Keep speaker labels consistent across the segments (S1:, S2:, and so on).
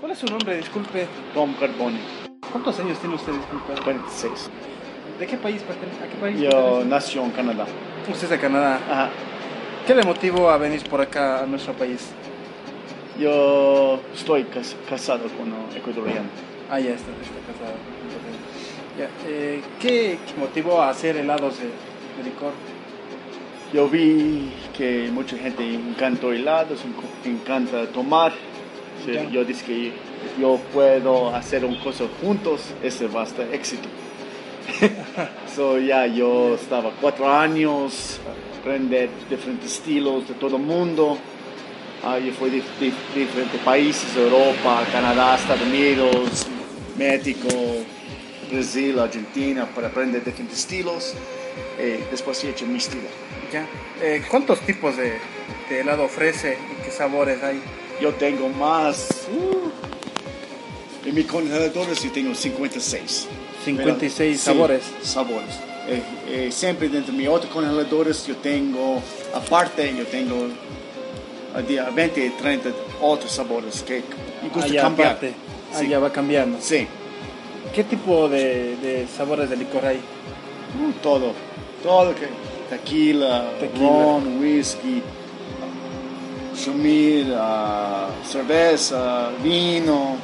S1: ¿Cuál es su nombre? Disculpe.
S2: Tom Carboni,
S1: ¿Cuántos años tiene usted? Disculpe.
S2: 46.
S1: ¿De qué país pertenece? ¿A qué país
S2: Yo nací en Canadá.
S1: pertenece? Usted es de Canadá.
S2: Ajá.
S1: ¿Qué le motivó a venir por acá a nuestro país?
S2: Yo estoy cas- casado con un ecuatoriano.
S1: Ah, ya está, está casado. Ya, eh, ¿Qué motivó a hacer helados de, de licor?
S2: Yo vi que mucha gente encanta helados, enc- encanta tomar. Sí,
S1: Ya.
S2: Yo dije que yo puedo hacer un cosa juntos, ese va a estar éxito. so, ya yo estaba cuatro años, aprender diferentes estilos de todo el mundo. Ah, yo fui de, de- diferentes países, Europa, Canadá, Estados Unidos, México, Brasil, Argentina, para aprender diferentes estilos. Eh, después he hecho mi estilo.
S1: Ya. Eh, ¿Cuántos tipos de, de helado ofrece y qué sabores hay?
S2: Yo tengo más. uh, en mi congelador sí tengo 56.
S1: 56
S2: Pero- sí,
S1: sabores.
S2: sabores. Eh, eh, siempre dentro de mis otros congeladores yo tengo, aparte, yo tengo al día 20, 30 otros sabores que me gusta
S1: Ah, ya,
S2: cambiar.
S1: aparte. Ah,
S2: Sí.
S1: ya va cambiando.
S2: Sí.
S1: ¿Qué tipo de, de sabores de licor hay?
S2: Uh, todo. Todo que. Tequila,
S1: Tequila.
S2: ron, whisky, chumil, ah, cerveza, vino.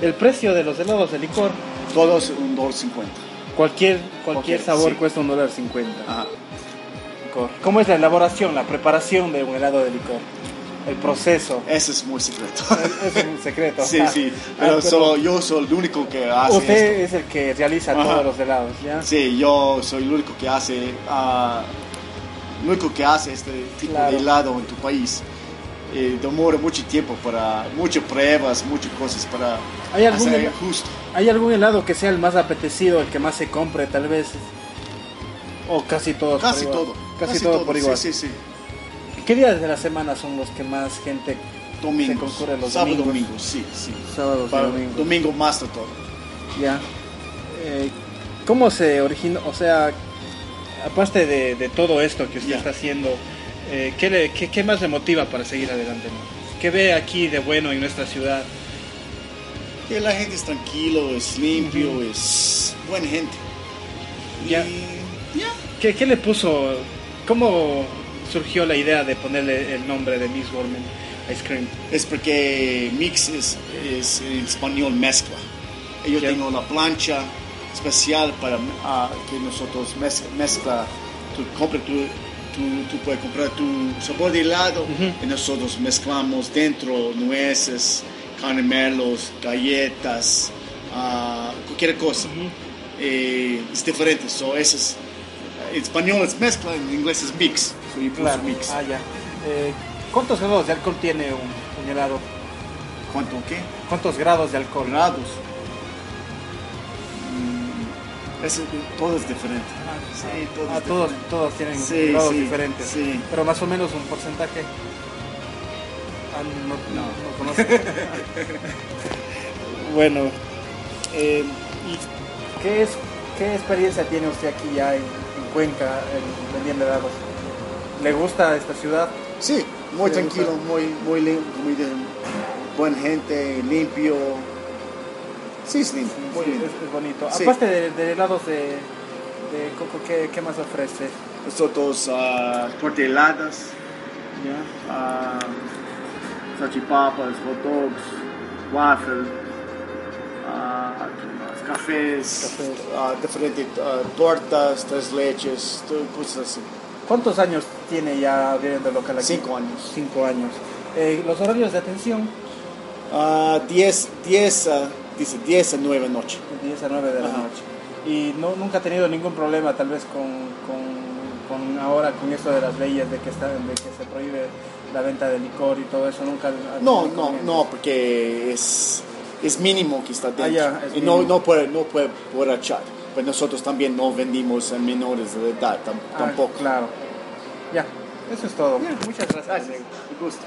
S1: El precio de los helados de licor.
S2: Todos un dólar cincuenta.
S1: Cualquier, cualquier
S2: Ok,
S1: sabor
S2: sí.
S1: cuesta un dólar cincuenta.
S2: Ajá.
S1: licor. ¿Cómo es la elaboración, la preparación de un helado de licor? El proceso.
S2: Ese es muy secreto.
S1: Eso es un secreto.
S2: sí,
S1: Ah,
S2: sí.
S1: ah,
S2: Pero
S1: pero
S2: solo yo soy el único que hace esto.
S1: Usted es el que realiza
S2: Ajá.
S1: todos los helados, ¿ya?
S2: Sí, yo soy el único que hace. ah, el único que hace este tipo
S1: Claro.
S2: de helado en tu país. Eh, demora mucho tiempo para muchas pruebas, muchas cosas para
S1: ¿Hay algún
S2: hacer
S1: hel-
S2: justo.
S1: ¿Hay algún helado que sea el más apetecido, el que más se compre, tal vez? O casi todos. por
S2: Casi
S1: igual.
S2: todo.
S1: Casi, todo, por igual.
S2: Sí, sí, sí.
S1: ¿Qué días de la semana son los que más gente?
S2: Domingos.
S1: concurre los
S2: sábado,
S1: domingos.
S2: domingo, sí, sí.
S1: Sábados,
S2: Para-
S1: domingos.
S2: domingo más de todo.
S1: Ya. Eh, ¿Cómo se originó? O sea, aparte de, de todo esto que usted
S2: Ya.
S1: está haciendo, eh, ¿qué, le- qué- qué más le motiva para seguir adelante? no? ¿Qué ve aquí de bueno en nuestra ciudad?
S2: Que la gente es tranquilo, es limpio,
S1: Ujú.
S2: es buena gente.
S1: Ya.
S2: Y- ya.
S1: ¿Qué, qué le puso? ¿Cómo surgió la idea de ponerle el nombre de Miss Gorman Ice Cream?
S2: Es porque mix es, es en español mezcla. Y Yo
S1: Ya.
S2: tengo la plancha especial para ah, que nosotros mez- mezcla. Tú, compra tu, tú, tú puedes comprar tu sabor de helado
S1: Ujú.
S2: y nosotros mezclamos dentro nueces, caramelos, galletas, ah, cualquier cosa. Eh, es diferente. So, eso es, en español es mezcla, en inglés es mix. So, yo puse mix.
S1: Ah, ya. Eh, ¿Cuántos grados de alcohol tiene un, un helado?
S2: ¿Cuánto qué?
S1: ¿Cuántos grados de alcohol?
S2: Grados. hum, Eso, é todo es diferente. sí, todo
S1: Ah,
S2: es
S1: todos,
S2: diferente.
S1: todos tienen
S2: Sí,
S1: grados
S2: sí,
S1: diferentes.
S2: sí.
S1: Pero más o menos un porcentaje. Ah, no, no, no conozco. bueno, eh, ¿y qué, es, qué experiencia tiene usted aquí ya en, en Cuenca en- vendiendo helados? ¿Le gusta esta ciudad?
S2: Sí, muy
S1: Sí,
S2: tranquilo,
S1: gusta.
S2: muy, muy, lim- muy de- buena gente, limpio. Sí, es limpio, muy
S1: Sí,
S2: lindo.
S1: es, es bonito.
S2: Sí.
S1: Aparte de, de helados de, de coco, ¿qué, qué más ofrece?
S2: Nosotros ah, tortilladas, ah, salchipapas, hot dogs, waffle, ah, ¿qué más? cafés,
S1: Cafés.
S2: ah, diferentes ah, tortas, tres leches, todo- cosas así.
S1: ¿Cuántos años tiene ya abriendo el local aquí?
S2: Cinco años.
S1: Cinco años. Eh, los horarios de atención,
S2: Ah, 10, 10, ah, dice 10 a 9 de noche.
S1: de 10 a 9 de la
S2: Ajá.
S1: noche. Y no, nunca ha tenido ningún problema tal vez con, con- con ahora, con esto de las leyes, de que, está, de que se prohíbe la venta de licor y todo eso? Nunca. has
S2: No,
S1: tenido
S2: no,
S1: clientes?
S2: no, porque es, es mínimo que está dentro.
S1: Ah, ya, es
S2: y no,
S1: mínimo.
S2: no puede, no puede borrachar. Pues nosotros también no vendimos a menores de edad tam-
S1: Ah,
S2: tampoco.
S1: Claro. Ya, eso es todo. Muchas gracias.
S2: Gracias,
S1: amigo.
S2: me gusta.